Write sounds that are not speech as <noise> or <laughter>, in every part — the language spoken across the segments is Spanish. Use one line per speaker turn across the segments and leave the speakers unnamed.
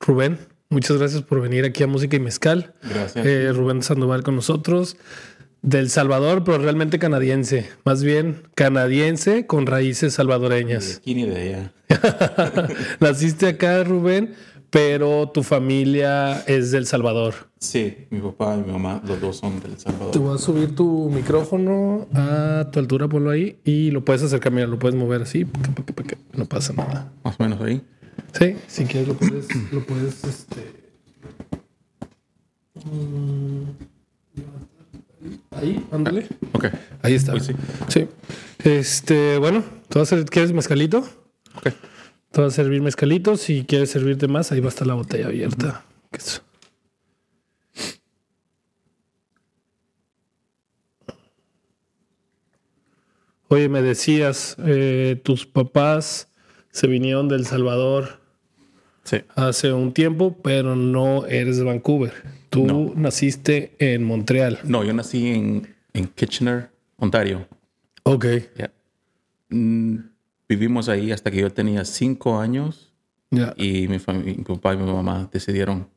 Rubén, muchas gracias por venir aquí a Música y Mezcal.
Gracias.
Eh, Rubén Sandoval con nosotros. Del Salvador, pero realmente canadiense. Más bien canadiense con raíces salvadoreñas.
Ni idea.
Naciste acá, Rubén, pero tu familia es del Salvador.
Sí, mi papá y mi mamá, los dos son del
Te
Salvador.
voy a subir tu micrófono a tu altura, ponlo ahí y lo puedes acercar. Mira, lo puedes mover así. paca, paca, paca, No pasa nada.
Más o menos ahí.
Sí, si quieres lo puedes, lo puedes, este. mm, Ahí, ándale.
Ok.
Ah, Ahí está.
Uy, sí.
Sí. Este, bueno, ¿tú vas a ser- ¿quieres mezcalito?
Ok.
Te vas a servir mezcalito. Si quieres servirte más, ahí va a estar la botella abierta. Que es- Oye, me decías, eh, tus papás se vinieron del Salvador
Sí.
hace un tiempo, pero no eres de Vancouver. Tú
No.
naciste en Montreal.
No, yo nací en, en Kitchener, Ontario.
Ok.
Ya. Mm, vivimos ahí hasta que yo tenía cinco años
Ya.
y mi, fami- mi papá y mi mamá decidieron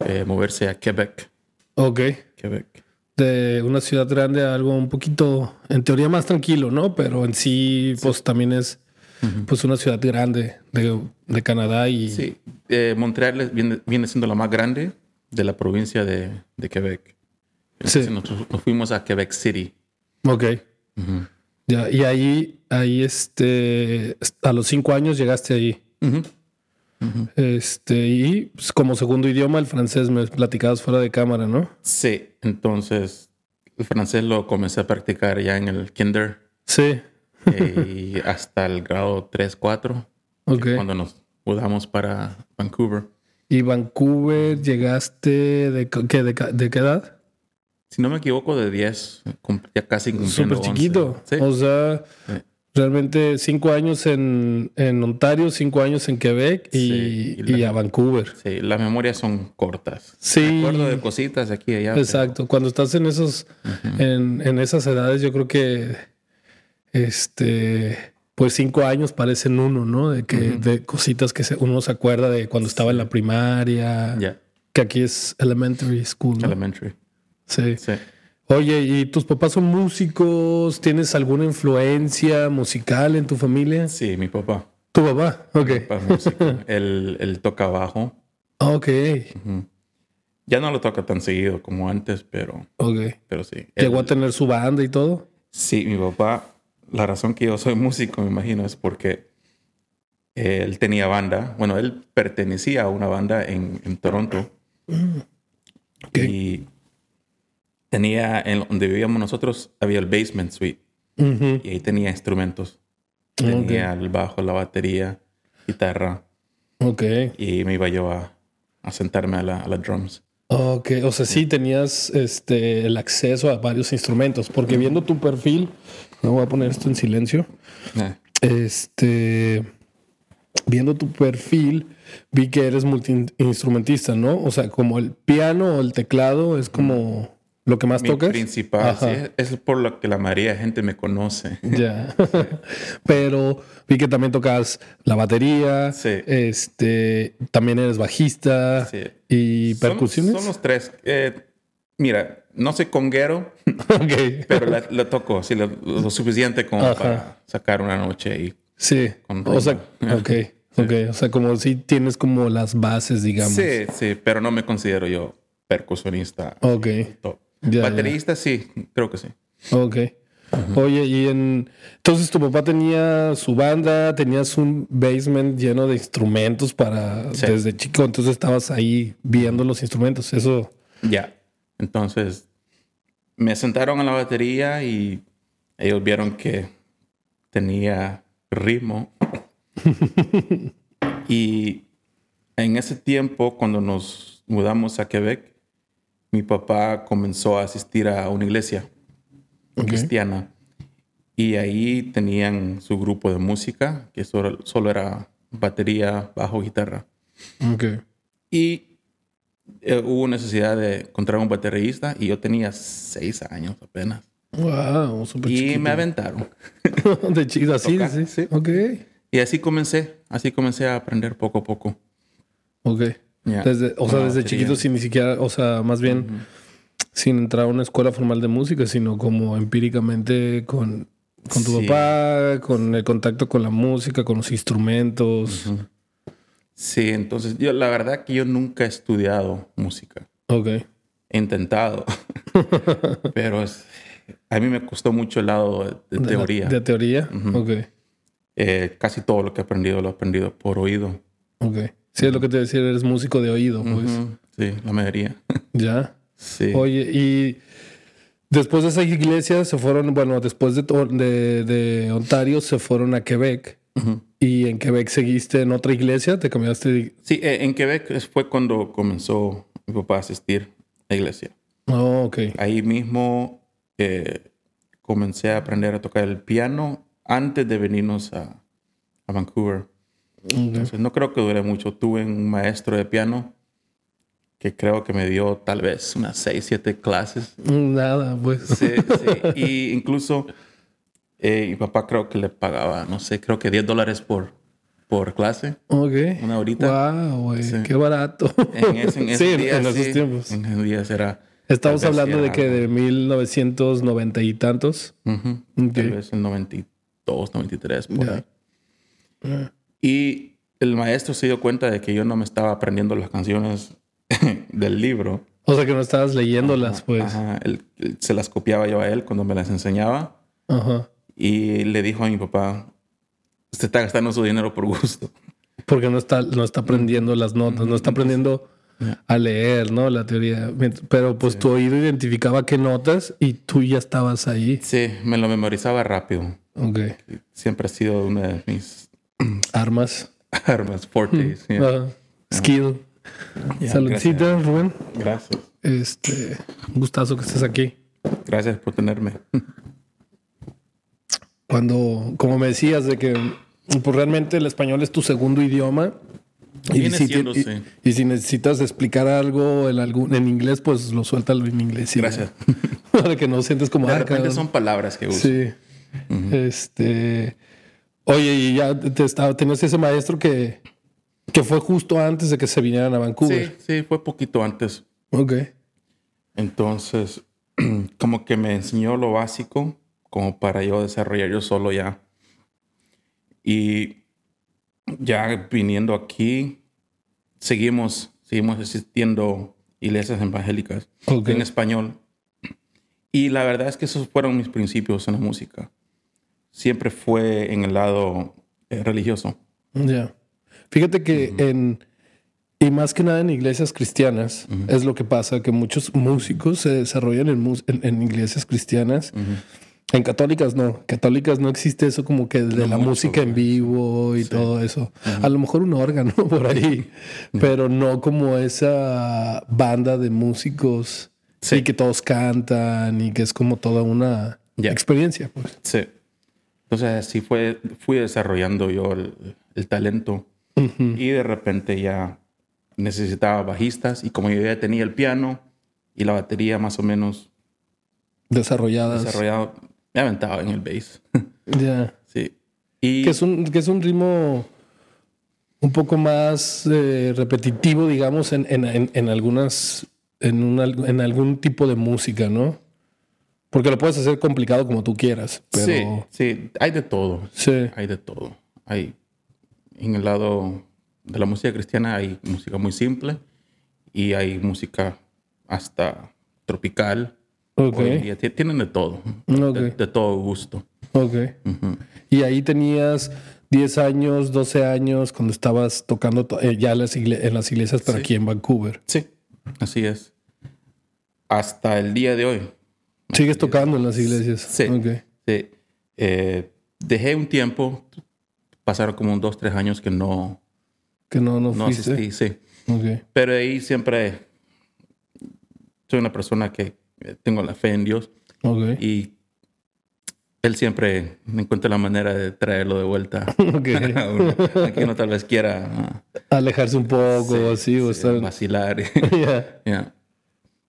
eh, moverse a Quebec.
Ok.
Quebec.
De una ciudad grande a algo un poquito, en teoría más tranquilo, ¿no? Pero en sí, pues también es pues una ciudad grande de, de Canadá y
Sí, eh, Montreal es- viene, viene siendo la más grande de la provincia de, de Quebec. Entonces
Sí.
nosotros nos fuimos a Quebec City.
ok. Ya, y ahí, ahí este a los cinco años llegaste ahí.
Ujú.
Este, y pues, como segundo idioma, el francés me platicabas fuera de cámara, ¿no?
Sí, entonces el francés lo comencé a practicar ya en el kinder
Sí.
eh,
<laughs>
y hasta el grado 3, 4,
Ok.
cuando nos mudamos para Vancouver.
¿Y Vancouver llegaste de, ca- qué, de, ca- de qué edad?
Si no me equivoco, de 10, cum- ya casi cumpliendo
Súper
11.
chiquito.
Sí,
O sea,
Sí.
realmente cinco años en, en Ontario, cinco años en Quebec y,
Sí, y la-
y a Vancouver.
sí, las memorias son cortas.
Sí.
Me acuerdo de cositas aquí y allá. pero-
Exacto. Cuando estás en esos, en, en esas edades, yo creo que este, pues cinco años parecen uno, ¿no? De que, de cositas que se- uno se acuerda de cuando estaba en la primaria.
Ya,
Que aquí es elementary school. ¿no?
elementary.
Sí.
Sí.
Oye, ¿y tus papás son músicos? ¿Tienes alguna influencia musical en tu familia?
Sí, mi papá.
Tu papá, ok.
Mi papá
<laughs>
es músico. él, él toca bajo.
Ah, Ok,
Ya no lo toca tan seguido como antes, pero,
ok.
pero sí.
Llegó
Él-
a tener su banda y todo.
Sí, mi papá, la razón que yo soy músico, me imagino, es porque él tenía banda. Bueno, él pertenecía a una banda en, en Toronto.
ok.
Y tenía, en donde vivíamos nosotros, había el basement suite.
Ujú.
Y ahí tenía instrumentos.
Ah, Ok.
Tenía el bajo, la batería, guitarra.
Ok,
Y me iba yo a, a sentarme a, la- a las drums.
ok. O sea, sí tenías este, el acceso a varios instrumentos, porque viendo tu perfil, no voy a poner esto en silencio.
Eh,
Este, viendo tu perfil, vi que eres multiinstrumentista, ¿no? O sea, como el piano o el teclado es como lo que más
Mi
tocas.
principal, sí,
Ajá.
es es por lo que la mayoría de gente me conoce.
Ya. <laughs> Pero vi que también tocas la batería.
Sí.
Este, también eres bajista.
Sí.
Y
Son-
percusiones.
Son, los tres. Eh, mira, no soy conguero,
<laughs> Ok.
pero la, la toco sí, lo, lo suficiente como
Ajá.
para sacar una noche y
Sí.
Con
O sea,
rumba. <laughs>
ok. Ok. O sea, como si tienes como las bases, digamos.
Sí, sí, pero no me considero yo percusionista.
Ok.
top.
Ya,
Baterista, sí, creo que sí.
Ok. Oye, y en. Entonces tu papá tenía su banda, tenías un basement lleno de instrumentos para.
Sí.
Desde chico, entonces estabas ahí viendo los instrumentos. Eso.
Ya. Entonces, me sentaron a la batería y ellos vieron que tenía ritmo. y en ese tiempo, cuando nos mudamos a Quebec, mi papá comenzó a asistir a una iglesia
Ok.
cristiana. Y ahí tenían su grupo de música, que solo, solo era batería, bajo, guitarra.
Ok.
Y eh, hubo necesidad de encontrar un baterista y yo tenía seis años apenas.
Wow, súper
y
Pues chiquito.
me aventaron.
<laughs> De chiquito, así,
Toca,
sí, sí.
sí.
Ok,
Y así comencé, así comencé a aprender poco a poco.
ok.
Yeah.
Desde, o sea,
No,
desde
qué
chiquito
bien.
sin ni siquiera, o sea, más bien sin entrar a una escuela formal de música, sino como empíricamente con, con tu
Sí.
papá, con el contacto con la música, con los instrumentos.
Sí, entonces yo la verdad que yo nunca he estudiado música.
Ok.
He intentado, <laughs> pero es- a mí me costó mucho el lado
De
de, de
la-
teoría.
de teoría. Ok.
Eh, casi todo lo que he aprendido lo he aprendido por oído.
Ok. Sí, es lo que te decía, eres músico de oído, pues.
Ujú, Sí, la mayoría. <laughs>
Ya.
sí.
Oye, y después de esa iglesia se fueron, bueno, después de, to- de, de Ontario se fueron a Quebec.
Ujú.
Y en Quebec seguiste en otra iglesia, te cambiaste. de-
Sí, eh, en Quebec es- fue cuando comenzó mi papá a asistir a la iglesia.
Oh, ok.
Ahí mismo eh, comencé a aprender a tocar el piano antes de venirnos a, a Vancouver.
Ok.
Entonces, no creo que dure mucho. Tuve un maestro de piano que creo que me dio tal vez unas 6, 7 clases.
Nada, pues.
Sí, sí. <laughs> Y incluso eh, mi papá creo que le pagaba, no sé, creo que 10 dólares por, por clase.
Ok.
Una horita.
Wow, güey.
Sí.
Qué barato.
En,
<laughs>
ese, en esos
sí,
días,
en
sí.
esos tiempos.
En esos días era...
Estamos
tal vez
hablando de
era
que
algo.
de 1990 y tantos.
Ujú.
Ok.
Tal vez el 92, 93, por
Ya.
ahí. Y el maestro se dio cuenta de que yo no me estaba aprendiendo las canciones <laughs> del libro.
O sea que no estabas leyéndolas, pues. Ajá.
Ajá, él- él- se las copiaba yo a él cuando me las enseñaba. Y le dijo a mi papá, usted está gastando su dinero por gusto.
Porque no está, no está aprendiendo las notas, no está aprendiendo a leer, ¿no? La teoría. Mient- Pero pues tu oído identificaba qué notas y tú ya estabas ahí.
Sí, me lo memorizaba rápido.
Ok.
Siempre ha sido una de mis <laughs>
Armas.
armas fortes. yeah.
Ajá. Skill.
Yeah,
Saludcita, Rubén.
Gracias.
Este, un gustazo que estés aquí.
Gracias por tenerme.
cuando, como me decías, de que pues realmente el español es tu segundo idioma.
Viene
si,
siendo,
y-
sí.
y si necesitas explicar algo en, algún, en inglés, pues lo suéltalo en inglés. y ya.
Gracias.
<laughs> Para que no sientes como...
De
"Ah,
repente
cabrón".
son palabras que uso.
Sí. Este. Oye, y ya te estaba, tenías ese maestro que, que fue justo antes de que se vinieran a
Sí,
Vancouver.
sí, fue poquito antes.
Ok.
Entonces, <clears throat> como que me enseñó lo básico, como para yo desarrollar yo solo ya. Y ya viniendo aquí, seguimos, seguimos existiendo iglesias evangélicas
Ok.
en español. Y la verdad es que esos fueron mis principios en la música. Siempre fue en el lado eh, religioso.
Ya. Fíjate que en. Y más que nada en iglesias cristianas es lo que pasa, que muchos músicos se desarrollan en, mus- en- en iglesias cristianas. En católicas no. Católicas no existe eso como que de
No
la
mucho,
música en
güey.
vivo y todo eso. A lo mejor un órgano <laughs> por ahí, pero no como esa banda de músicos
Sí.
y que todos cantan y que es como toda una
Ya.
experiencia. Pues.
Sí. Entonces así fue, fui desarrollando yo el, el talento y de repente ya necesitaba bajistas y como yo ya tenía el piano y la batería más o menos
Desarrolladas.
desarrollado, me aventaba en el bass. <laughs>
Ya.
sí. Y
Que es un, que es un ritmo un poco más eh, repetitivo, digamos, en, en- en- en algunas. En, un al- en algún tipo de música, ¿no? Porque lo puedes hacer complicado como tú quieras, pero.
sí, sí, hay de todo.
Sí.
Hay de todo. Hay en el lado de la música cristiana hay música muy simple y hay música hasta tropical.
Ok.
Hoy en día ti- tienen de todo, de,
Ok.
de todo gusto.
Ok. Y ahí tenías 10 años, 12 años, cuando estabas tocando to- eh, ya las igle- en las iglesias, pero
Sí.
aquí en Vancouver.
Sí, así es. Hasta el día de hoy.
¿Sigues tocando en las iglesias?
Sí.
Ok.
Sí. Eh, dejé un tiempo, pasaron como un dos, tres años que no,
Que no, no,
no
fuiste.
asistí, sí.
Ok.
Pero ahí siempre soy una persona que eh, tengo la fe en Dios
Ok.
y Él siempre encuentra la manera de traerlo
<laughs>
de vuelta. <laughs>
Ok.
a uno. a que uno tal vez quiera ah,
alejarse un poco o así o
sí,
estar
vacilar.
<laughs> Ya.
Ya.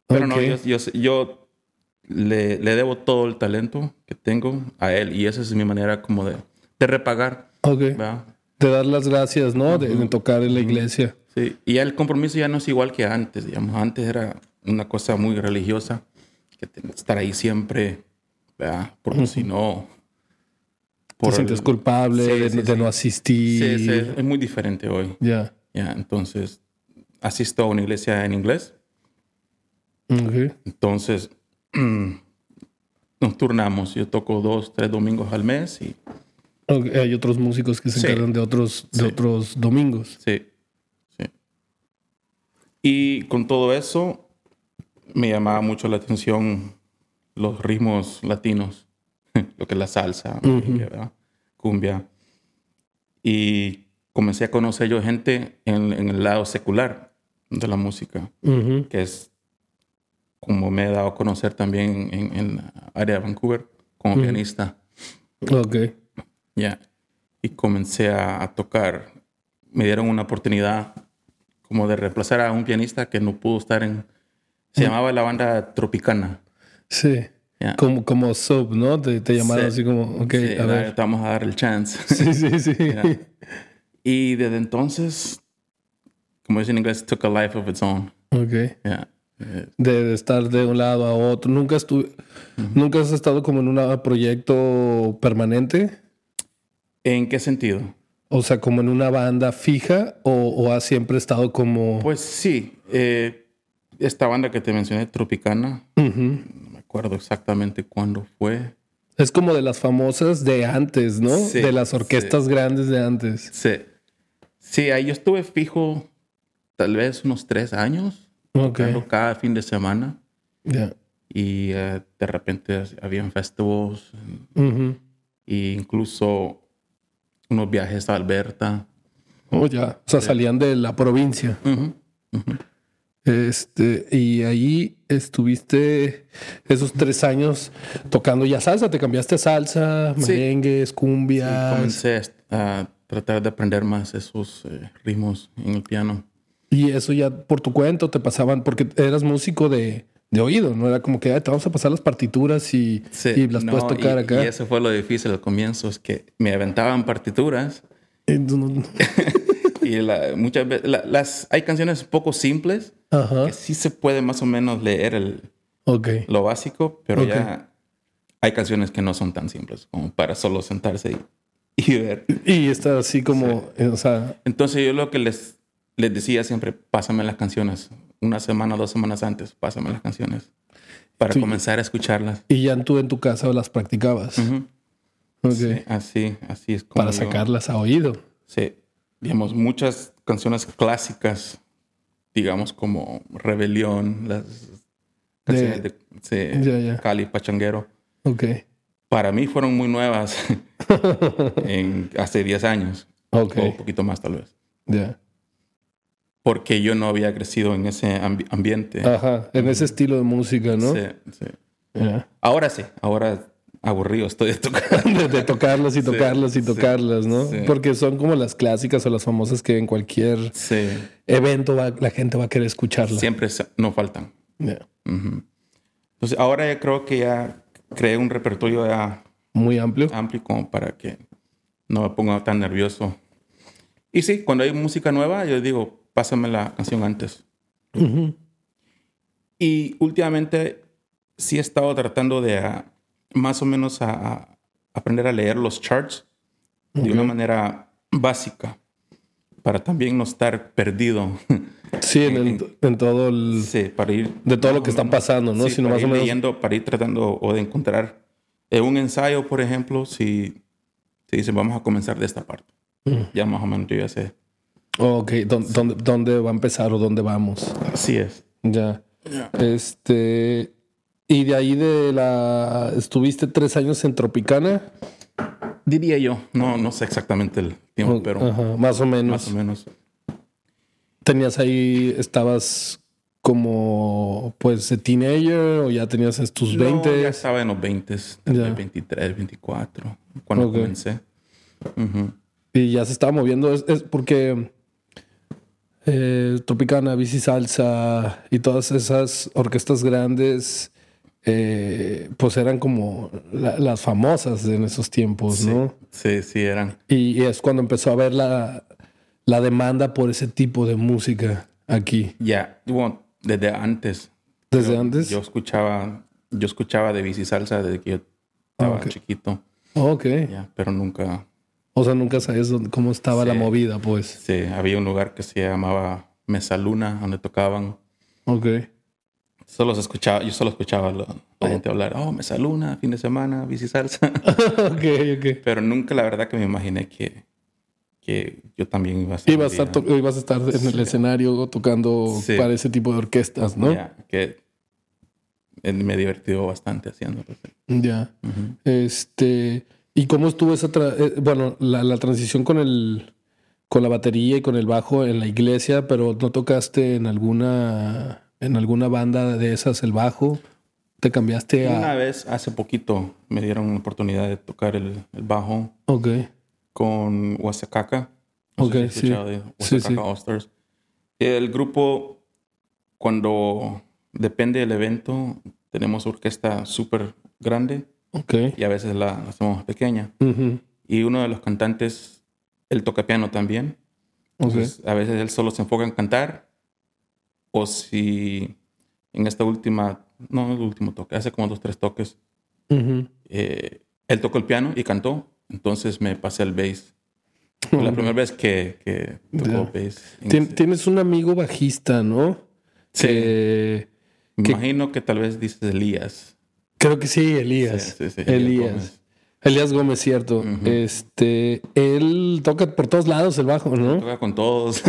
Pero
Ok.
no, yo, yo, yo le, le debo todo el talento que tengo a él y esa es mi manera como de, de repagar.
Ok.
¿verdad?
Te dar las gracias, ¿no? De, de tocar en la iglesia.
Sí, y ya el compromiso ya no es igual que antes, digamos. Antes era una cosa muy religiosa, que ten- estar ahí siempre, ¿verdad? Porque si no...
Te sientes
el-
culpable
Sí,
de,
sí,
de
sí.
no asistir.
Sí, sí, es muy diferente hoy.
Ya.
Ya, entonces, asisto a una iglesia en inglés.
Ok.
Entonces, <clears throat> nos turnamos. Yo toco dos, tres domingos al mes y
Ok, Hay otros músicos que se
Sí.
encargan de otros, de
Sí.
otros domingos.
sí, sí. Y con todo eso, me llamaba mucho la atención los ritmos latinos, <laughs> lo que es la salsa, merengue, ¿verdad? cumbia. Y comencé a conocer yo gente en- en el lado secular de la música.
Ujú.
que es como me he dado a conocer también en, en la área de Vancouver como pianista.
Ok.
Ya. Y comencé a, a tocar. Me dieron una oportunidad como de reemplazar a un pianista que no pudo estar en...
Mm.
Se llamaba la banda Tropicana.
Sí.
Ya.
Como, como sub, ¿no? Te, te llamaron
Sí.
así como, ok,
Sí,
a
dale,
ver.
te vamos a dar el chance.
<laughs> Sí, sí, sí.
<laughs> Ya. Y desde entonces, como dicen en inglés, took a life of its own.
Ok.
Ya. Eh,
De, de estar de un lado a otro. Nunca estuve, nunca has estado como en un proyecto permanente.
¿En qué sentido?
O sea, como en una banda fija o, o has siempre estado como...
Pues sí, eh, esta banda que te mencioné, Tropicana,
Ujú.
no me acuerdo exactamente cuándo fue.
Es como de las famosas de antes, ¿no?
Sí,
de las orquestas grandes de antes.
Sí. Sí, ahí yo estuve fijo tal vez unos tres años,
Ok.
tocando cada fin de semana.
Ya.
Y eh, de repente habían festivals
Ujú.
e incluso unos viajes a Alberta.
Oh, ya. O sea, salían de la provincia. Este, y ahí estuviste esos tres años tocando ya salsa. Te cambiaste a salsa,
Sí.
merengues, cumbias.
Comencé a, a tratar de aprender más esos eh, ritmos en el piano.
Y eso ya por tu cuento te pasaban, porque eras músico de, de oído, ¿no? Era como que "Ay, te vamos a pasar las partituras y,
Sí,
y las
no,
puedes tocar
y-
acá.
Y eso fue lo difícil al comienzo, es que me aventaban partituras
Y tú
<laughs>
no-
y la- muchas veces la- las, hay canciones un poco simples
Ajá.
que sí se puede más o menos leer el,
Ok.
lo básico, pero
Ok.
ya hay canciones que no son tan simples como para solo sentarse y, y <laughs> ver.
Y está así como, eh, o sea,
Entonces yo lo que les, les decía siempre, pásame las canciones, una semana, dos semanas antes, pásame las canciones para
Sí.
comenzar a escucharlas.
y ya tú en tu casa las practicabas.
Ujú.
Ok.
Sí, así, así es como
Para
yo-
sacarlas a oído.
Sí, digamos, muchas canciones clásicas, digamos como Rebelión, las canciones de, sí,
Ya, ya.
Cali, Pachanguero,
Ok.
para mí fueron muy nuevas <laughs> en, hace 10 años,
Ok.
o un poquito más tal vez,
Ya.
porque yo no había crecido en ese ambi- ambiente.
Ajá. En ese estilo de música, Ah, ¿no?
Eh. Sí, sí.
Ya. <laughs>
Ahora sí, ahora aburrido estoy de <laughs> tocar.
De, de tocarlas y tocarlas y
sí,
tocarlas, ¿no?
sí.
Porque son como las clásicas o las famosas que en cualquier
Sí,
evento va- la gente va a querer escucharlas.
siempre se- no faltan.
Ya.
Entonces ahora ya creo que ya creé un repertorio ya
Muy amplio.
amplio como para que no me ponga tan nervioso. Y sí, cuando hay música nueva, yo digo, pásame la canción antes.
Ujú.
Y últimamente sí he estado tratando de ah, más o menos a, a aprender a leer los charts de una manera básica para también no estar perdido. <laughs>
Sí, en, el- en todo el...
sí, para ir
De todo lo que
más o
está pasando, ¿no?
sí,
Sino
para
más
ir
o menos-
leyendo, para ir tratando o de encontrar en un ensayo, por ejemplo, si si dicen vamos a comenzar de esta parte. Ya más o menos yo ya sé.
Ok. ¿dó- ¿Dónde, ¿Dónde va a empezar o dónde vamos?
Así es.
Ya. Este. Y de ahí de la. Estuviste tres años en Tropicana.
Diría yo, no, no sé exactamente el tiempo, pero
Ajá, más o menos.
más o menos.
Tenías ahí. Estabas como. Pues de teenager o ya tenías tus
No,
20.
ya estaba en los 20,
Ya.
23, 24, cuando
Ok.
comencé. Ujú.
Y ya se estaba moviendo. Es, es porque eh, Tropicana, Bici Salsa y todas esas orquestas grandes, eh, pues eran como la- las famosas en esos tiempos, ¿no?
Sí, sí, eran.
Y, y es cuando empezó a ver la, la demanda por ese tipo de música aquí?
Ya, bueno, desde antes.
¿Desde
Yo-
antes?
Yo escuchaba, yo escuchaba de bici salsa desde que yo estaba
ok.
chiquito.
Oh, ok.
Ya, pero nunca.
O sea, nunca sabes dónde- cómo estaba la
Sí.
movida, pues.
Sí, había un lugar que se llamaba Mesa Luna, donde tocaban.
Ok. <laughs>
Solo se escuchaba, yo solo escuchaba la, la gente hablar, oh, Mesa Luna, fin de semana, bici salsa. <laughs>
ok, ok.
pero nunca la verdad que me imaginé que, que yo también iba a ser.
Ibas a,
un
estar
día-
to- ibas a estar en el
Sí.
escenario tocando
Sí.
para ese tipo de orquestas, ¿no?
Ya, que eh, me he divertido bastante haciendo. pues.
Ya. Este. ¿Y cómo estuvo esa tra- eh, bueno, la, la transición con el con la batería y con el bajo en la iglesia, pero no tocaste en alguna en alguna banda de esas el bajo? ¿Te cambiaste a
Una vez, hace poquito, me dieron la oportunidad de tocar el, el bajo
Ok.
con Huasacaca.
Ok,
si has
sí.
escuchado de
Sí, sí.
Huasacaca All Stars. El grupo, cuando depende del evento, tenemos orquesta súper grande
Ok.
y a veces la hacemos pequeña.
Ujú,
Y uno de los cantantes, él toca piano también.
ok.
Entonces, a veces él solo se enfoca en cantar. O si en esta última, no en el último toque, hace como dos, tres toques,
Ujú.
eh, él tocó el piano y cantó. Entonces me pasé al bass. Fue la primera vez que, que tocó
Ya.
bass. en
Tien- eh,
ese-
Tienes un amigo bajista, ¿no?
Sí.
Que-
me
que-
imagino que tal vez dices Elías.
creo que sí, Elías.
Sí, sí, sí, Elías
Elías.
Gómez.
Elías Gómez, cierto. Este, él toca por todos lados el bajo, ¿no?
Toca
<laughs>
con todos.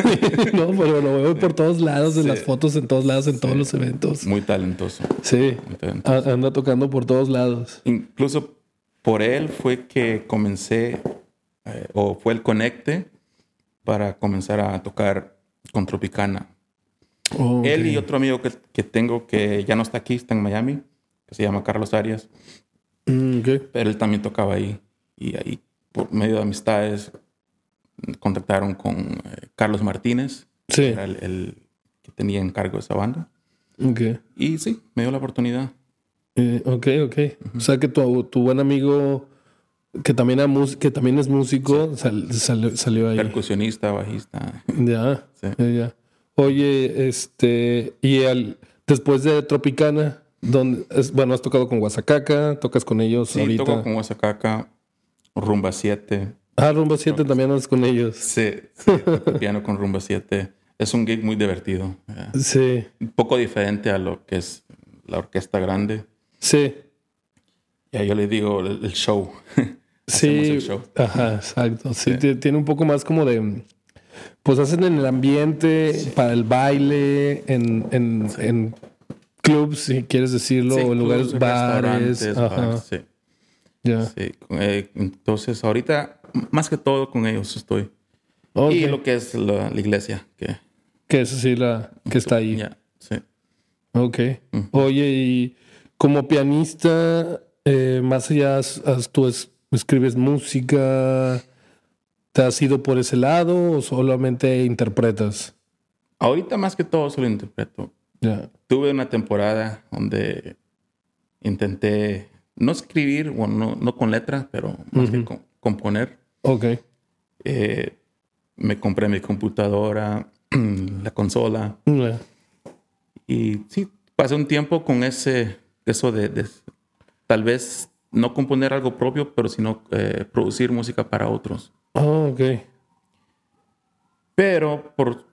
no, pero lo veo por todos lados, en las fotos, en todos lados, en todos los eventos.
Muy talentoso.
Sí,
Muy talentoso.
a- anda tocando por todos lados.
Incluso por él fue que comencé, eh, o fue el conecte para comenzar a tocar con Tropicana.
Oh,
Él y
ok.
otro amigo que, que tengo que ya no está aquí, está en Miami, que se llama Carlos Arias,
Mm, ok.
pero él también tocaba ahí. Y ahí, por medio de amistades, contactaron con eh, Carlos Martínez, que
Sí,
era el, el que tenía encargo de esa banda.
ok.
Y sí, me dio la oportunidad.
Eh, ok, ok. O sea que tu, tu buen amigo, que también, era mus- que también es músico, sal- sal- salió ahí.
Percusionista, bajista.
Ya,
Sí.
ya, ya. Oye, este, y al, después de Tropicana, donde, es- bueno, has tocado con Guasacaca, tocas con ellos
Sí,
ahorita.
toco con Huasacaca, Rumba 7.
Ah, Rumba 7 también andas con ellos.
Sí, sí, toco piano con Rumba 7. Es un gig muy divertido. eh.
Sí,
Un poco diferente a lo que es la orquesta grande.
sí,
Ya yo le digo el, el show. <laughs> Hacemos
sí.
el show.
Ajá, exacto. Sí, ti- tiene un poco más como de, pues hacen en el ambiente, para el baile, en, en, en clubs, si quieres decirlo,
Sí,
o en lugares,
clubes,
bares.
restaurantes,
Ajá,
bares, sí,
ya.
sí. Eh, entonces, ahorita, más que todo con ellos estoy.
Ok,
Y lo que es la, la iglesia. Que,
que eso sí la, que está ahí.
ya, sí.
Ok. Oye, y como pianista, eh, más allá, has- has- tú es- escribes música, ¿te has ido por ese lado o solamente interpretas?
Ahorita, más que todo, solo interpreto.
Ya.
tuve una temporada donde intenté no escribir, bueno, no, no con letras, pero más que com- componer.
Ok.
Eh, me compré mi computadora, <clears throat> la consola,
Ya.
y sí, pasé un tiempo con ese, eso de, de tal vez no componer algo propio, pero sino eh, producir música para otros.
Ah, ok.
Pero por,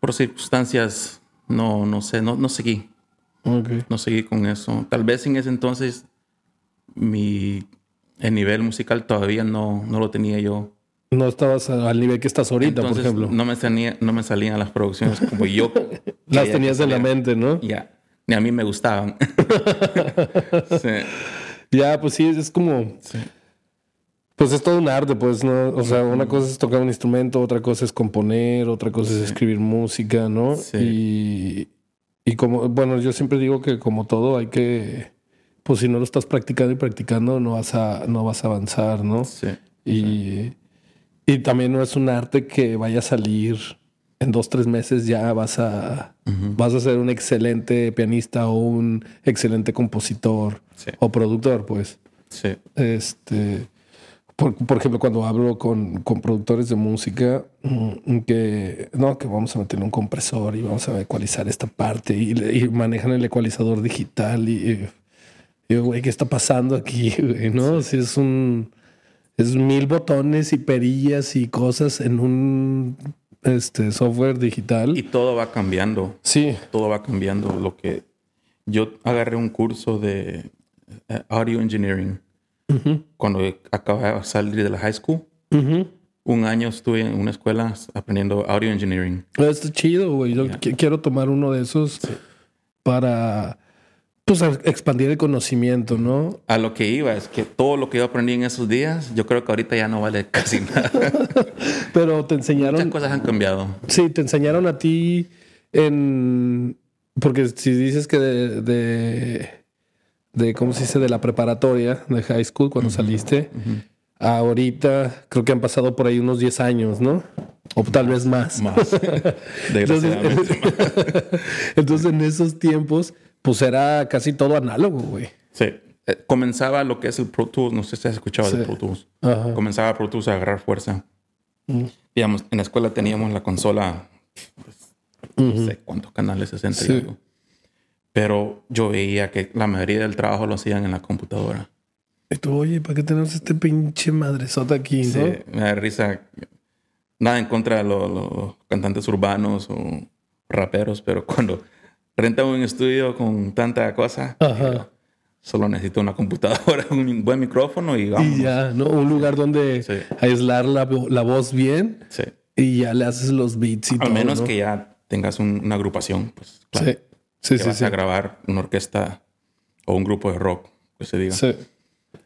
por circunstancias, no, no sé, no, no seguí.
Ok.
no seguí con eso. Tal vez en ese entonces mi el nivel musical todavía no, no lo tenía yo.
No estabas a- al nivel que estás ahorita,
entonces,
por ejemplo.
No me, salía, no me salían las producciones como yo.
<laughs> Las
quería
tenías
que
en la
salieran.
mente, ¿no?
Ya. Ni a mí
<laughs>
me gustaban. <laughs> Sí.
Ya, pues sí, es como. Pues es todo un arte, pues, ¿no? O sea, una cosa es tocar un instrumento, otra cosa es componer, otra cosa es escribir música, ¿no? Y, y como, bueno, yo siempre digo que como todo hay que, pues si no lo estás practicando y practicando, no vas a, no vas a avanzar, ¿no?
Sí.
Y, y también no es un arte que vaya a salir en dos, tres meses ya vas a, vas a ser un excelente pianista o un excelente compositor
Sí.
o productor, pues.
Sí.
Este, por, por ejemplo, cuando hablo con, con productores de música, mm, que no, que vamos a meterle un compresor y vamos a ecualizar esta parte y, le- y manejan el ecualizador digital y, y y yo, güey, ¿qué está pasando aquí? <laughs> güey? ¿No? Si es un. Es mil botones y perillas y cosas en un este, software digital.
Y todo va cambiando.
sí.
todo va cambiando. Lo que yo agarré un curso de eh, audio engineering cuando acababa de salir de la high school.
Ujú.
Un año estuve en una escuela aprendiendo audio engineering.
Ah, Está chido, güey. Yo qui- quiero tomar uno de esos para pues, a- expandir el conocimiento, ¿no?
A lo que iba es que todo lo que yo aprendí en esos días, yo creo que ahorita ya no vale casi <laughs> nada.
Pero te
Muchas
enseñaron.
cosas han cambiado.
Sí, te enseñaron a ti en. Porque si dices que de. de, de, ¿Cómo se dice? De la preparatoria, de high school, cuando saliste, ahorita creo que han pasado por ahí unos 10 años, ¿no? O tal vez más.
Más. Desgraciadamente.
Entonces, <laughs> entonces, en esos tiempos, pues era casi todo análogo, güey.
Sí. Eh, comenzaba lo que es el Pro Tools. No sé si has escuchado
Sí.
de Pro Tools.
Ajá. Mm.
Comenzaba Pro Tools a agarrar fuerza. Digamos, en la escuela teníamos la consola, pues, no sé cuántos canales, 60 y
Sí.
algo. Pero yo veía que la mayoría del trabajo lo hacían en la computadora.
Y tú, oye, ¿para qué tenemos este pinche madresota aquí,
Sí,
no?
me da risa. Nada en contra de lo- lo- los cantantes urbanos o raperos, pero cuando rentan un estudio con tanta cosa,
Ajá.
solo necesito una computadora, <laughs> un buen micrófono y vamos.
Y ya, ¿no? Un lugar donde
Sí.
aislar la, vo- la voz bien
Sí.
y ya le haces los beats y todo.
Al menos
¿no?
que ya tengas un- una agrupación, pues claro.
Sí, sí,
que
sí.
vas
sí.
a grabar una orquesta o un grupo de rock, que se diga.
Sí,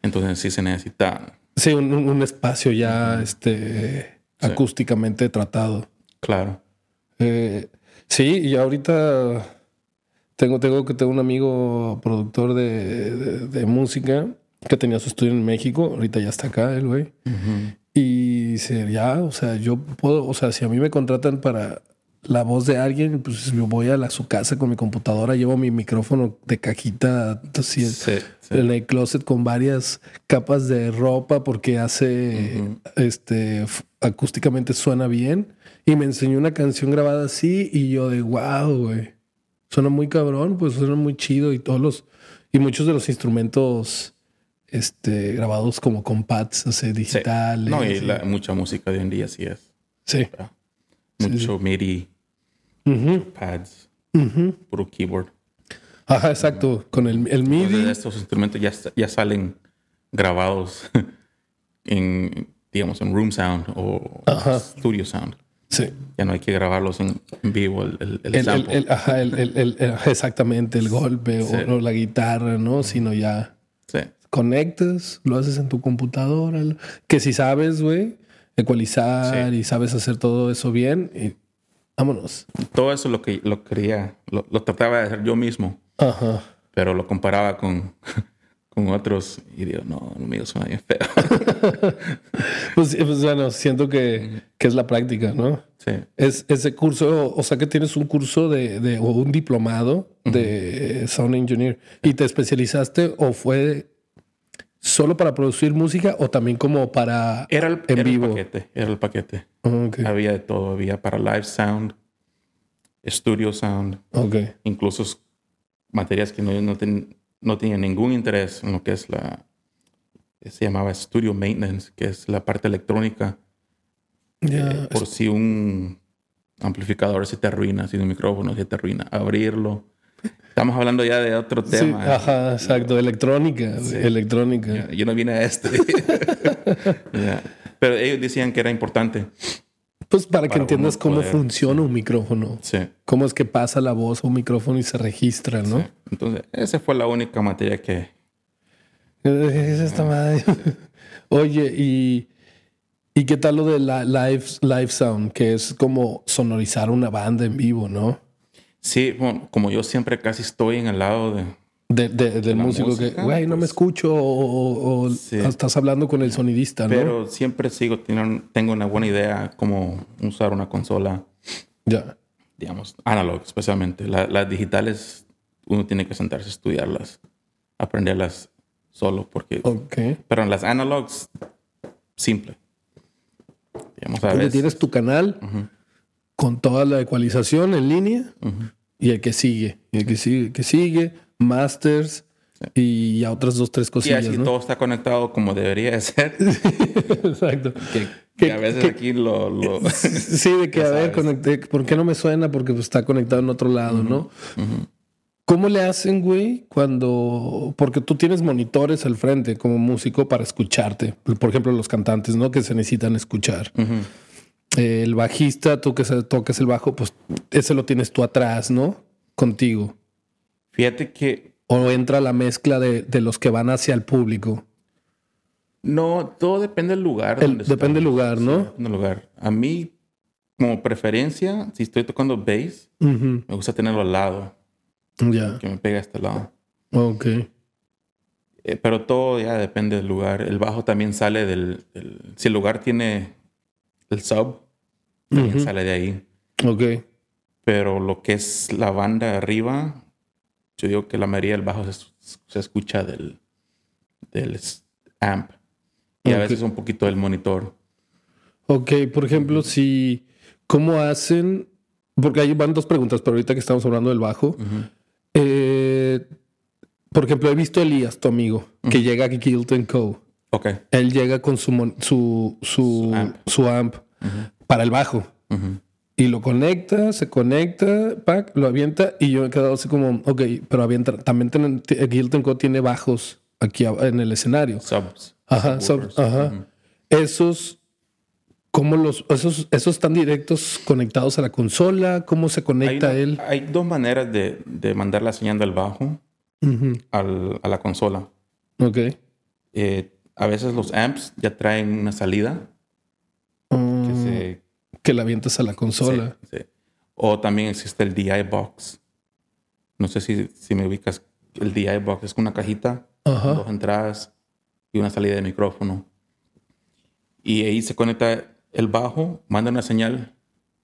Entonces sí se necesita,
Sí, un, un- un espacio ya este,
Sí.
acústicamente tratado.
claro.
Eh, sí, y ahorita tengo, tengo que tengo un amigo productor de, de- de música que tenía su estudio en México, ahorita ya está acá el güey. Y dice, ya, o sea, yo puedo, o sea, si a mí me contratan para la voz de alguien, pues yo voy a, la, su casa con mi computadora, llevo mi micrófono de cajita, así es,
Sí, sí.
en el closet con varias capas de ropa porque hace este f- acústicamente suena bien y me enseñó una canción grabada así y yo de wow, güey. Suena muy cabrón, pues suena muy chido y todos los y muchos de los instrumentos este grabados como con pads, o sea,
Sí.
digitales.
No, y la- mucha música de hoy en día sí es.
Sí.
Mucho MIDI,
Ujú,
pads,
ujú.
puro keyboard.
Ajá, exacto, con el, el
Entonces,
MIDI.
estos instrumentos ya, sa- ya salen grabados <laughs> en, digamos, en room sound o
Ajá.
studio sound.
Sí.
Ya no hay que grabarlos en en vivo el, el,
El-
este, el
el-
sample.
el- ajá, el- el- el- el- exactamente, el golpe o-
Sí.
o, la guitarra, ¿no? Sino ya
Sí,
conectas, lo haces en tu computadora, lo- que si sabes, güey, ecualizar
Sí.
y sabes hacer todo eso bien, y vámonos.
Todo eso lo que lo quería, lo, lo trataba de hacer yo mismo.
Ajá.
pero lo comparaba con, <laughs> con otros y digo, no, lo mío suena bien feo. <laughs>
Pues, eh, pues, bueno, siento que, que es la práctica, ¿no?
Sí,
Es ese curso, o sea que tienes un curso de, de- o un diplomado de eh, sound engineer y te especializaste o fue solo para producir música o también como para
era el,
en
era el
vivo.
paquete, era el paquete.
Ok,
Había de todo, había para live sound, studio sound,
ok,
incluso s- materias que no, no, ten- no tenían ningún interés en lo que es la, se llamaba studio maintenance, que es la parte electrónica.
Ya,
Eh, por si un amplificador se te arruina, si un micrófono se te arruina, abrirlo. Estamos hablando ya de otro
Sí, ah.
tema.
ajá, exacto. Electrónica, güey, electrónica.
Ya, Yo no vine a este. <laughs> Ya. Pero ellos decían que era importante.
Pues para, que
Para
entiendas
uno
cómo
poder,
funciona un micrófono,
Sí.
cómo es que pasa la voz a un micrófono y se registra, ¿no?
Entonces, esa fue la única materia que...
<laughs> Es esta madre. <laughs> Oye, y, ¿y qué tal lo de la live, live sound? Que es como sonorizar una banda en vivo, ¿no?
Sí, bueno, como yo siempre casi estoy en el lado de...
De- de- del
la
músico que,
música,
güey, no me
pues.
escucho, o, o- o
Sí.
estás hablando con el sonidista, ¿no?
Pero siempre sigo, teniendo- tengo una buena idea cómo usar una consola,
ya.
digamos, analog especialmente. La- las digitales, uno tiene que sentarse a estudiarlas, aprenderlas solo, porque...
Ok.
Pero en las analogs simple. Digamos, a
Entonces
veces-
tienes tu canal
Ujú.
con toda la ecualización en línea
Ujú.
y el que sigue, y el que sigue, el que sigue, masters y a otras dos, tres
Y
cosillas,
así
¿no?
todo está conectado como debería de ser.
<laughs> Exacto.
Que,
Que-
que a veces
que-
aquí lo... lo-
<laughs> Sí, de que,
Ya
a ver,
sabes.
conecté, ¿por qué no me suena? Porque pues, está conectado en otro lado, ¿no? ¿Cómo le hacen, güey, cuando... Porque tú tienes monitores al frente como músico para escucharte. Por ejemplo, los cantantes, ¿no? Que se necesitan escuchar.
Ujú.
El bajista, tú que se- tocas el bajo, pues ese lo tienes tú atrás, ¿no? Contigo.
Fíjate que
O entra la mezcla de, de los que van hacia el público.
no, todo depende del lugar.
El-
donde
depende del
estamos.
lugar, ¿no?
Depende del lugar. A mí, como preferencia, si estoy tocando bass,
Ujú.
me gusta tenerlo al lado,
Ya.
que me pegue a este lado.
Ok.
Eh, pero todo ya depende del lugar. El bajo también sale del... del- si el lugar tiene el sub, también
Ujú.
sale de ahí.
Ok.
Pero lo que es la banda arriba, yo digo que la mayoría del bajo se, se escucha del, del s- amp. Y a
Ok.
veces un poquito del monitor.
Ok, por ejemplo, si cómo hacen, porque ahí van dos preguntas, pero ahorita que estamos hablando del bajo, eh, por ejemplo, he visto a Elías, tu amigo, que llega a Guild Co.
Ok.
Él llega con su mon- su, su,
Su
su amp,
amp.
para el bajo
Ujú.
y lo conecta, se conecta, pac, lo avienta y yo me he quedado así como, ok, pero avienta, también tienen, Guild Co. tiene bajos aquí a- en el escenario.
Subs.
Ajá,
subwoofers.
sub- ajá. Esos, ¿cómo los, esos, esos están directos conectados a la consola? ¿Cómo se
Hay,
conecta
una-
él?
hay dos maneras de, de mandar la señal del bajo
Ujú,
al- a la consola.
Ok.
Eh, a veces los amps ya traen una salida
Ah,
que
Que,
se-
la avientas a la consola.
se- se- O también existe el DI box. No sé si, si me ubicas. El DI box es una cajita
Ajá.
dos entradas y una salida de micrófono. Y ahí se conecta el bajo, manda una señal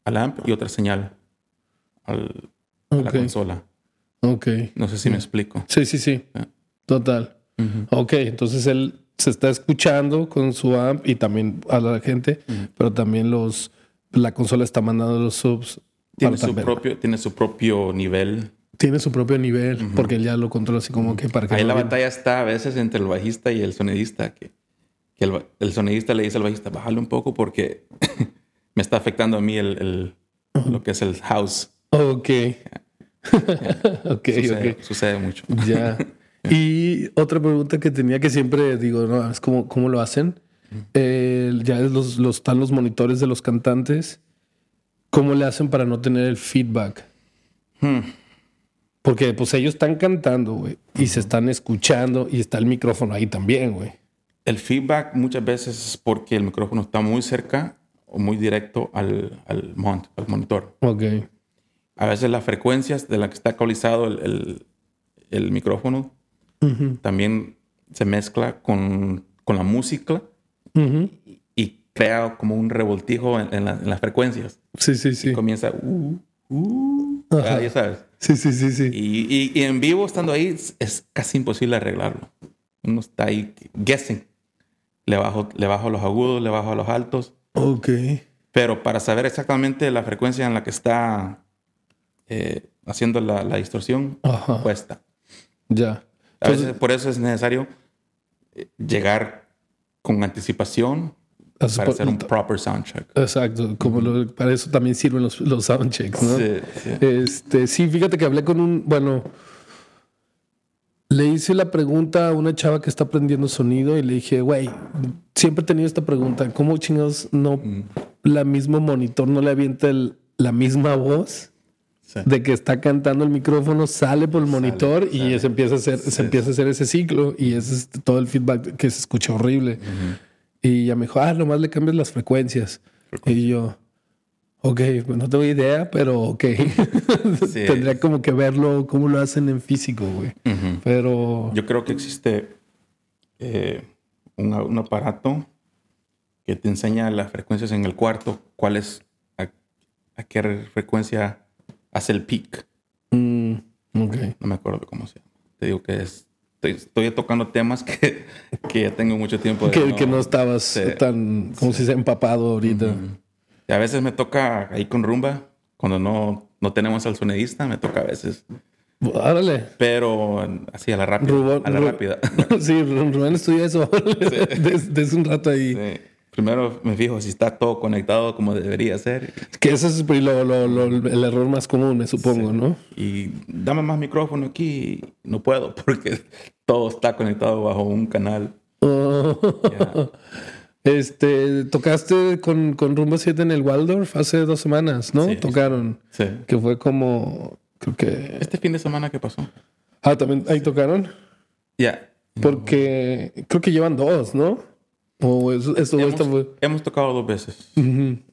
al amp y otra señal al- a la
Ok. Mm.
consola.
Ok.
No sé si me explico.
Sí, sí, sí.
Ah.
Total. Ok, entonces él se está escuchando con su amp y también a la gente, pero también los la consola está mandando los subs.
Tiene
para
su,
también-
propio, tiene su propio nivel.
tiene su propio nivel porque él ya lo controla así como que para que
Ahí
no
la
aviente-
batalla está a veces entre el bajista y el sonidista. Que, que el, ba- el sonidista le dice al bajista, bájale un poco porque <laughs> me está afectando a mí el, el- lo que es el house.
Ok. ok, <laughs>
sucede,
ok.
sucede mucho. <laughs>
Ya. Y otra pregunta que tenía que siempre digo, no, es como cómo lo hacen. Eh, ya es los, los- están los monitores de los cantantes. ¿Cómo le hacen para no tener el feedback?
Hmm.
Porque pues ellos están cantando, güey, y se están escuchando y está el micrófono ahí también, güey.
El feedback muchas veces es porque el micrófono está muy cerca o muy directo al, al, mont- al monitor.
Ok.
A veces las frecuencias de las que está ecualizado el, el- el micrófono
Ujú,
también se mezcla con, con la música
ujú.
y crea como un revoltijo en, en la- en las frecuencias.
Sí, sí, sí.
Comienza, uh, uh,
Ajá.
ah, ya sabes.
Sí, sí, sí, sí.
Y, y- y en vivo, estando ahí, es, es casi imposible arreglarlo. Uno está ahí guessing. Le bajo, le bajo los agudos, le bajo los altos.
Ok.
Pero para saber exactamente la frecuencia en la que está eh, haciendo la, la distorsión,
Ajá.
cuesta.
Ya.
A veces
Entonces,
por eso es necesario eh, llegar con anticipación
haces
para
por-
hacer un proper sound check.
Exacto, como lo- para eso también sirven los, los soundchecks, ¿no?
Sí, sí.
Este, sí, fíjate que hablé con un, bueno, le hice la pregunta a una chava que está aprendiendo sonido y le dije, güey, siempre he tenido esta pregunta, ¿cómo chingados no
Mm.
la mismo monitor no le avienta el- la misma voz?
Sí.
De que está cantando el micrófono, sale por el monitor y
sale.
se empieza a hacer, se empieza a hacer ese ciclo y ese es todo el feedback que se escucha
Mm.
horrible. Y ya me dijo, ah, nomás le cambias las frecuencias. Y yo, ok, pues no tengo idea, pero ok.
Sí.
<laughs> Tendría como que verlo, cómo lo hacen en físico, güey.
Ujú.
Pero,
Yo creo que existe eh, un, un aparato que te enseña las frecuencias en el cuarto, cuál es, a, a qué frecuencia hace el peak.
mm, ok.
No me acuerdo cómo se llama. Te digo que es estoy, estoy tocando temas que, <laughs> que ya tengo mucho tiempo. de
Que, que no estabas
pues Sí.
tan, como si se empapado ahorita.
Y a veces me toca ahí con rumba, cuando no, no tenemos al sonidista, me toca a veces. <laughs>
Órale.
Pero así a la rápida.
Rubón-
a la
Ru-
rápida. <laughs>
Sí, Ru- Rubén estudia eso <laughs> desde, desde un rato ahí.
Sí. Primero me fijo si está todo conectado como debería ser.
Que ese es pues, lo- lo- lo- el error más común, me supongo, ¿no? <laughs>
Y dame más micrófono aquí. No puedo <laughs> porque todo está conectado bajo un canal.
Oh. <laughs>
Ya.
Este, tocaste con, con Rumbo 7 en el Waldorf hace dos semanas, ¿no?
Sí.
Tocaron.
Sí.
Que fue como, creo que...
Este fin de semana que pasó.
Ah, también ahí tocaron.
Ya.
Porque creo que llevan dos, ¿no? O eso, eso
Hemos,
esto fue-
hemos tocado dos veces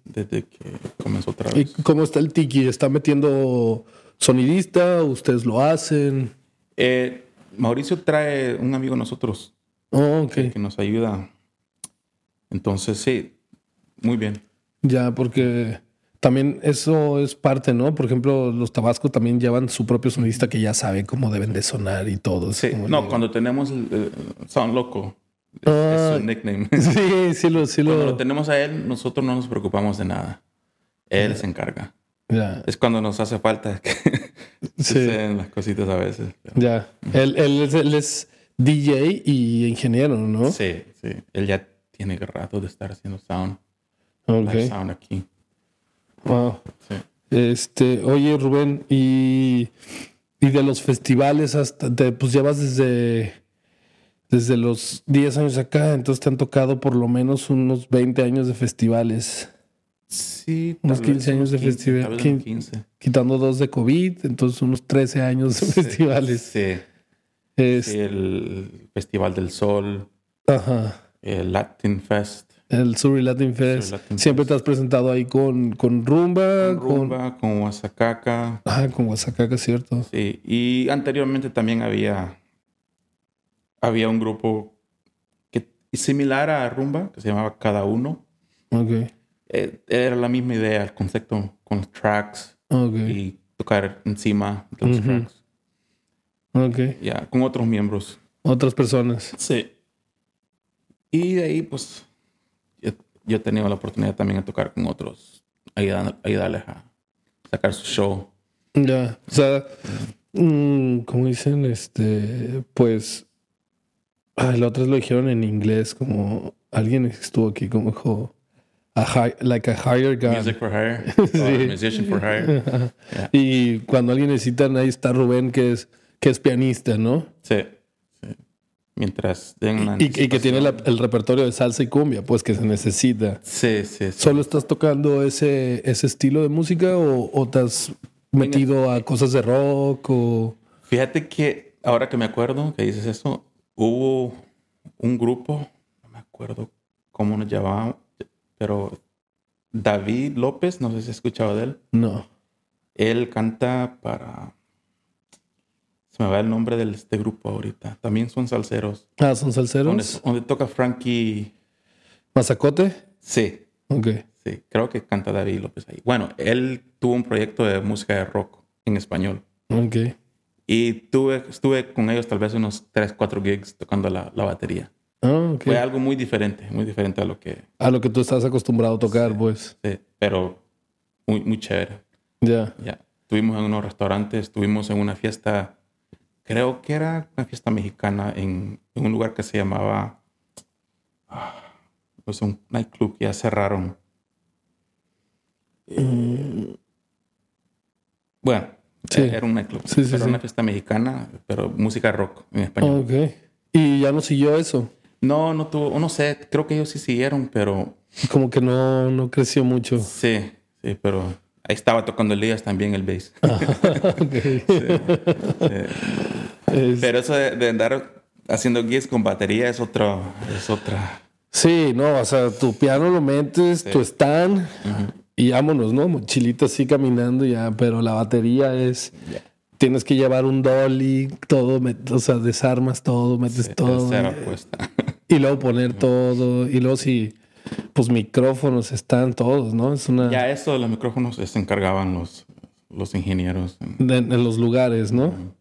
desde que comenzó otra
¿Y
vez.
cómo está el tiki? ¿Está metiendo sonidista? ¿Ustedes lo hacen?
Eh, Mauricio trae un amigo de nosotros
Oh, ok.
que nos ayuda. Entonces, sí, muy bien.
Ya, porque también eso es parte, ¿no? Por ejemplo, los tabascos también llevan su propio sonidista que ya sabe cómo deben de sonar y todo. es
Sí,
como-
no, cuando tenemos el, eh, Sound Loco,
Ah.
es su nickname.
<laughs> Sí, sí lo... Sí
Cuando
lo...
lo tenemos a él, nosotros no nos preocupamos de nada. Él se encarga.
Ya,
Es cuando nos hace falta <laughs> que
Sí.
suceden las cositas a veces.
ya. Él, él es, él es DJ y ingeniero, ¿no?
Sí, sí. Él ya tiene rato de estar haciendo sound,
Ok.
live sound aquí.
Wow.
Sí.
Este, oye Rubén, y, y de los festivales hasta, de- pues llevas desde, desde los 10 años acá, entonces te han tocado por lo menos unos 20 años de festivales,
Sí,
Unos
tal vez
15 años de festival.
Tal vez
Quin-
unos 15.
quitando dos de COVID, entonces unos 13 años de <laughs> festivales.
Sí.
Es-
Sí, el Festival del Sol,
Ajá.
el Latin Fest,
El Surrey Latin Fest.
Surrey Latin
Siempre te has presentado ahí con, con Rumba, Ah, con,
Rumba, con Oaxaca.
ajá, con Oaxaca, ¿cierto?
Sí, y anteriormente también había, había un grupo que, similar a Rumba, que se llamaba Cada Uno.
Ok,
Eh, era la misma idea, el concepto con los tracks
ok,
y tocar encima de los tracks.
ok.
Ya, con otros miembros.
Otras personas.
Sí. Y de ahí, pues, yo, yo he tenido la oportunidad también de tocar con otros, ayudan- ayudarles a sacar su show.
Ya, o sea, mm, como dicen, este, pues, ay, la otra vez lo dijeron en inglés, como alguien estuvo aquí, como dijo, a hi- like a higher guy.
Music for hire. or Musician for hire.
<laughs> Y cuando alguien necesitan, ahí está Rubén, que es, que es pianista, ¿no?
Sí. sí. Mientras den la
Y, y que tiene la- el repertorio de salsa y cumbia, pues, que se necesita.
Sí, sí, sí.
¿Solo estás tocando ese, ese estilo de música o, o te has metido a cosas de rock o...?
Fíjate que ahora que me acuerdo que dices eso, hubo un grupo, no me acuerdo cómo nos llamaban, pero David López, no sé si has escuchado de él.
No.
Él canta para. Se me va el nombre de este grupo ahorita. También son salseros.
Ah, ¿son
Donde,
salseros?
donde toca Frankie.
¿Mazacote?
Sí,
Ok.
sí, creo que canta David López ahí. Bueno, él tuvo un proyecto de música de rock en español.
Ok.
Y tuve, estuve con ellos tal vez unos 3, 4 gigs tocando la, la batería.
Ah, ok.
Fue algo muy diferente, muy diferente a lo que.
A lo que tú estás acostumbrado a tocar, pues.
sí, pero muy, muy chévere.
Ya.
Ya. Estuvimos en unos restaurantes, estuvimos en una fiesta, creo que era una fiesta mexicana en, en un lugar que se llamaba, ah, pues un nightclub que ya cerraron. Eh, bueno,
Sí.
era un nightclub,
Sí, sí,
era
sí. Ah.
una fiesta mexicana, pero música rock en español.
Ok. Y ya no siguió eso.
No, no tuvo, no sé, creo que ellos sí siguieron, pero
Como que no, no creció
<laughs>
mucho.
sí, sí, pero ahí estaba tocando Elías también el bass.
Ok. <laughs> Es-
Pero eso de, de andar haciendo gigs con batería es otro, es otra.
sí, no, o sea, tu piano lo metes, tu stand y vámonos, ¿no? Mochilita así caminando ya, pero la batería es... Tienes que llevar un dolly, todo, met- o sea, desarmas todo, metes todo.
tercera eh, apuesta. <laughs>
Y luego poner todo. Y luego si, pues micrófonos están todos, ¿no? Es una...
ya eso de los micrófonos se encargaban los, los ingenieros.
de- en los lugares, ¿no?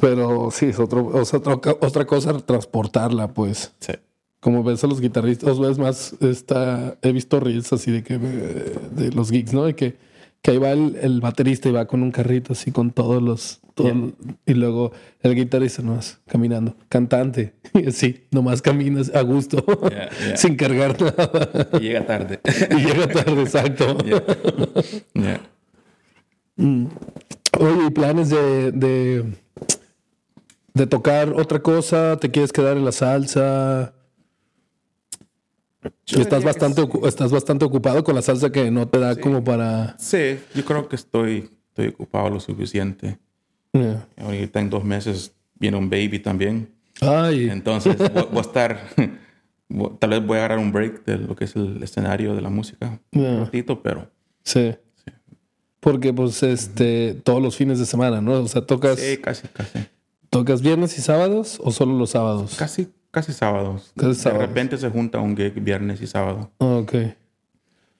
Pero sí, es, otro, es otro, otra cosa transportarla, pues.
Sí.
Como ves a los guitarristas, ves más, está, he visto reels así de que de los gigs, ¿no? De que, que ahí va el, el baterista y va con un carrito así con todos los... todo-
Yeah.
Y luego el guitarrista nomás caminando, cantante, <laughs> y así, nomás caminas a gusto,
Yeah,
<laughs>
yeah.
sin cargar nada.
Y llega tarde.
y llega tarde,
<laughs>
exacto.
Yeah. Yeah.
Oye, ¿y planes de, de, de tocar otra cosa? ¿Te quieres quedar en la salsa?
Yo diría
estás
que
bastante, ocu- estás bastante ocupado con la salsa que no te da como para...
Sí, yo creo que estoy, estoy ocupado lo suficiente.
Yeah.
Ahorita en dos meses viene un baby también.
Ay,
Entonces voy, voy a estar, <laughs> voy- tal vez voy a agarrar un break de lo que es el escenario de la música.
Yeah.
Un ratito, pero
sí. Porque pues este, todos los fines de semana, ¿no? O sea, tocas,
sí, casi, casi.
¿tocas viernes y sábados o solo los sábados?
Casi, casi sábados.
Casi
De
sábados.
repente se junta un gig viernes y sábado.
Ah, Ok.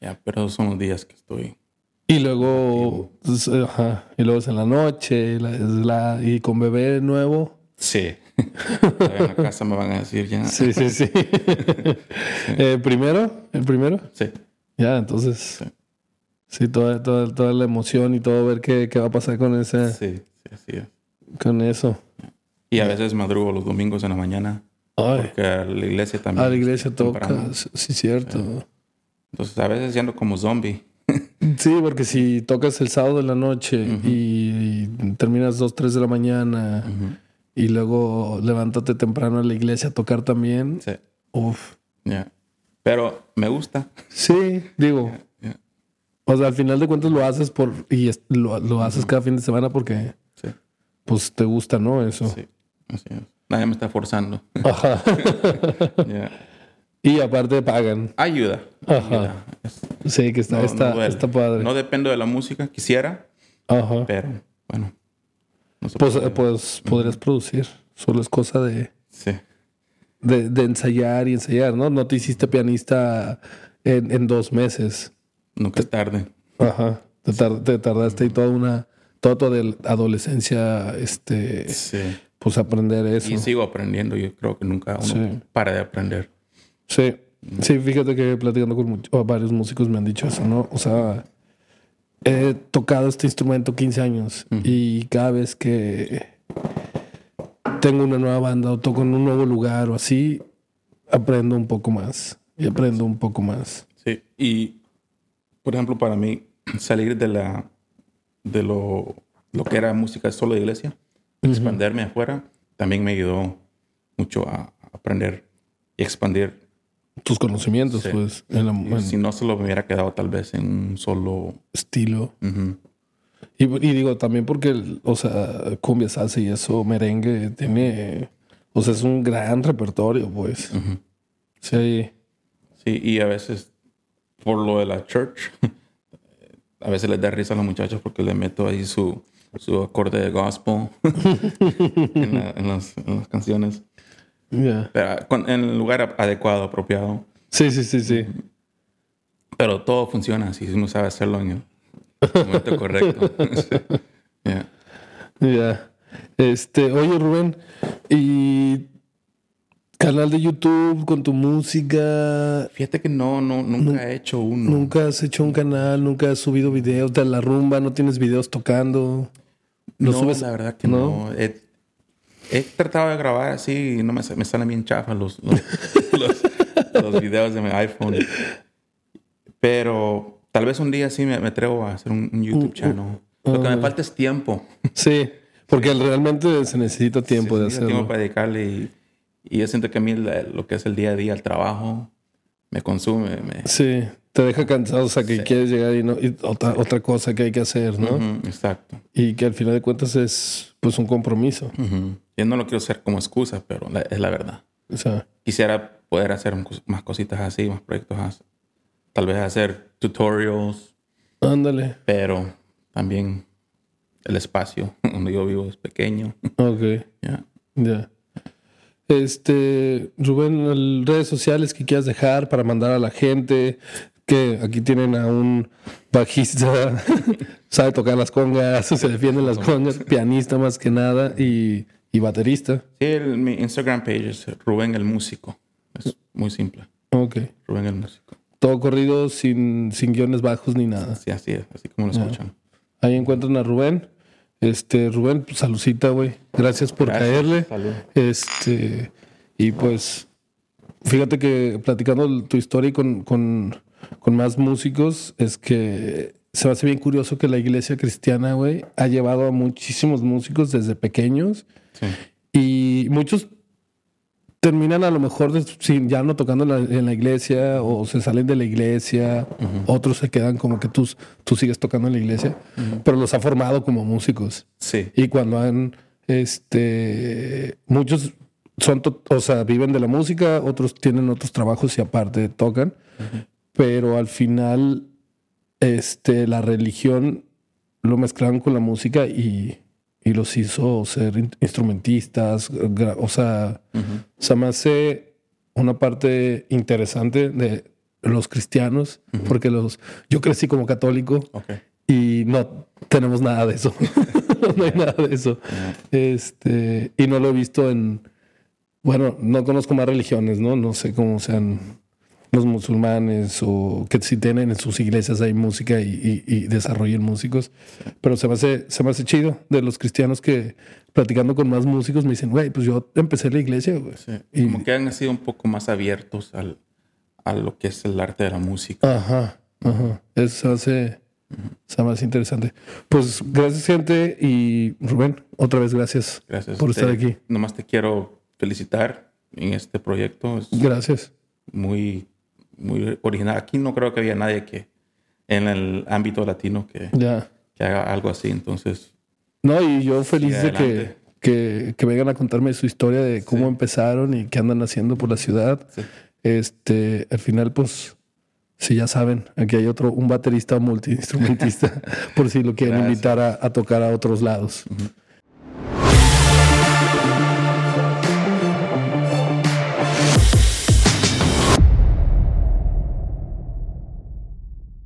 Ya, pero esos son los días que estoy.
Y luego, pues, ajá, y luego es en la noche, la- la- y con bebé nuevo.
Sí. Todavía en la casa me van a decir ya. Sí.
Sí, sí, <laughs> sí. Eh, primero, el primero. Ya, entonces. Sí, toda, toda, toda la emoción y todo ver qué, qué va a pasar con ese,
Sí, sí, así es.
con eso.
Y a veces madrugo los domingos en la mañana.
Ay,
Porque la iglesia también.
a la iglesia
está temprano.
toca. Sí, cierto.
Entonces a veces ya ando como zombie.
Sí, porque si tocas el sábado en la noche y, y terminas 2, 3 de la mañana y luego levántate temprano a la iglesia a tocar también.
Sí.
Uf.
Ya. Pero me gusta.
Sí, digo.
Ya,
O sea, al final de cuentas lo haces por y es- lo, lo haces cada fin de semana porque
Sí,
pues te gusta, ¿no? Eso.
sí. Así es. Nadie me
<laughs>
está forzando.
Ajá.
Ya.
y aparte pagan.
Ayuda.
Ajá. Sí, que está,
No, no
está,
duele.
está Ah, padre.
No dependo de la música. Quisiera,
Ajá.
pero bueno. No se
Pues,
puede.
eh, pues podrías producir. Solo es cosa de,
Sí.
de, de ensayar y ensayar, ¿no? No te hiciste pianista en, en dos meses.
Nunca es tarde.
Ajá. Te, tar- te tardaste y toda una, toda tu adel- adolescencia, este,
Sí.
pues aprender eso.
Y sigo aprendiendo. Yo creo que nunca uno
Sí.
para de aprender.
Sí, sí, fíjate que platicando con much- o varios músicos me han dicho eso, ¿no? O sea, he tocado este instrumento 15 años y cada vez que tengo una nueva banda o toco en un nuevo lugar o así, aprendo un poco más y aprendo un poco más.
Sí. Y, por ejemplo, para mí, salir de la de lo, lo que era música solo de iglesia, expanderme afuera, también me ayudó mucho a a aprender y expandir
Tus conocimientos,
Sí.
pues, en, la- en
Si no, solo me hubiera quedado tal vez en un solo.
estilo.
Ujú.
Y, y digo, también porque, el- o sea, cumbia, salsa y eso, merengue, tiene, o sea, es un gran repertorio, pues. Sí.
Sí, y a veces, por lo de la church, <laughs> a veces les da risa a los muchachos porque le meto ahí su, su acorde de gospel <laughs> en, la- en las, en las canciones.
ya.
Pero con- en el lugar adecuado, apropiado.
Sí, sí, sí, sí.
Pero todo funciona si uno sabe hacerlo en el momento correcto. <laughs> Sí. Yeah.
Ya. Este, oye, Rubén, y canal de YouTube con tu música.
Fíjate que no, no nunca he hecho uno.
Nunca has hecho un canal, nunca has subido videos de la rumba, no tienes videos tocando.
No,
No, subes.
la verdad que no. He, he tratado de grabar así y no me, sa- me salen bien chafas los, los, <laughs> los- los videos de mi iPhone. Pero tal vez un día sí me, me atrevo a hacer un, un
Uh,
YouTube channel. Lo que me falta es tiempo.
Sí, porque realmente se necesita tiempo de
Sí, sí, tiempo
hacerlo.
para dedicarle y, y yo siento que a mí la- lo que es el día a día, el trabajo, me consume. me-
Sí, te deja cansado, o sea, que quieres llegar y, no, y otra, otra cosa que hay que hacer, ¿no?
Ujú, exacto.
Y que al final de cuentas es pues un compromiso.
Ujú. Yo no lo quiero hacer como excusa, pero la- es la verdad.
O sea,
quisiera poder hacer un cos- más cositas así, más proyectos así. Tal vez hacer tutorials,
ándale.
pero también el espacio <laughs> donde yo vivo es pequeño. <laughs>
Ok.
Ya.
Ya. Este, Rubén, el- redes sociales que quieras dejar para mandar a la gente, que aquí tienen a un bajista, <laughs> sabe tocar las congas, se defienden las congas, pianista más que nada y, y baterista.
Sí, el- mi Instagram page es Rubén el Músico. Es muy simple.
Ok.
Rubén el Músico.
Todo corrido sin, sin guiones bajos ni nada.
Sí, así es, así como lo escuchan.
Ahí encuentran a Rubén. Este, Rubén, pues, salucita, güey. Gracias por
Gracias,
caerle.
salud.
Este, y pues, fíjate que platicando l- tu historia con, con, con más músicos, es que se me hace bien curioso que la iglesia cristiana, güey, ha llevado a muchísimos músicos desde pequeños
Sí.
y muchos terminan a lo mejor des- sin- ya no tocando en la, en la iglesia o se salen de la iglesia, otros se quedan como que tú, tú sigues tocando en la iglesia, pero los ha formado como músicos.
Sí.
Y cuando han, este, muchos son, to- o sea, viven de la música, otros tienen otros trabajos y aparte tocan, pero al final, este, la religión lo mezclaron con la música y, y los hizo ser in- instrumentistas, gra- o sea, se me hace una parte interesante de los cristianos, porque los, yo crecí como católico
Ok.
y no tenemos nada de eso. <laughs> no hay nada de eso. Este, y no lo he visto en. Bueno, no conozco más religiones, ¿no? No sé cómo sean los musulmanes o que si tienen en sus iglesias hay música y, y- y desarrollen músicos. Pero se me, hace, se me hace chido de los cristianos que platicando con más músicos me dicen, güey, pues yo empecé en la iglesia, güey.
Sí.
Y-
Como que han sido un poco más abiertos al, a lo que es el arte de la música.
Ajá, ajá. Eso se hace, se me hace interesante. Pues gracias, gente. Y Rubén, otra vez gracias,
Gracias.
por
a
estar
usted.
aquí.
Nomás te quiero felicitar en este proyecto. Es
Gracias.
muy, muy original. Aquí no creo que había nadie que en el ámbito latino que,
Ya.
que haga algo así. Entonces,
No, y yo feliz
Sí,
de que,
adelante.
que, que vengan a contarme su historia de cómo
Sí.
empezaron y qué andan haciendo por la ciudad.
sí.
Este, al final, pues, si ya saben, aquí hay otro, un baterista multiinstrumentista, <laughs> por si lo quieren
Gracias.
invitar a, a tocar a otros lados.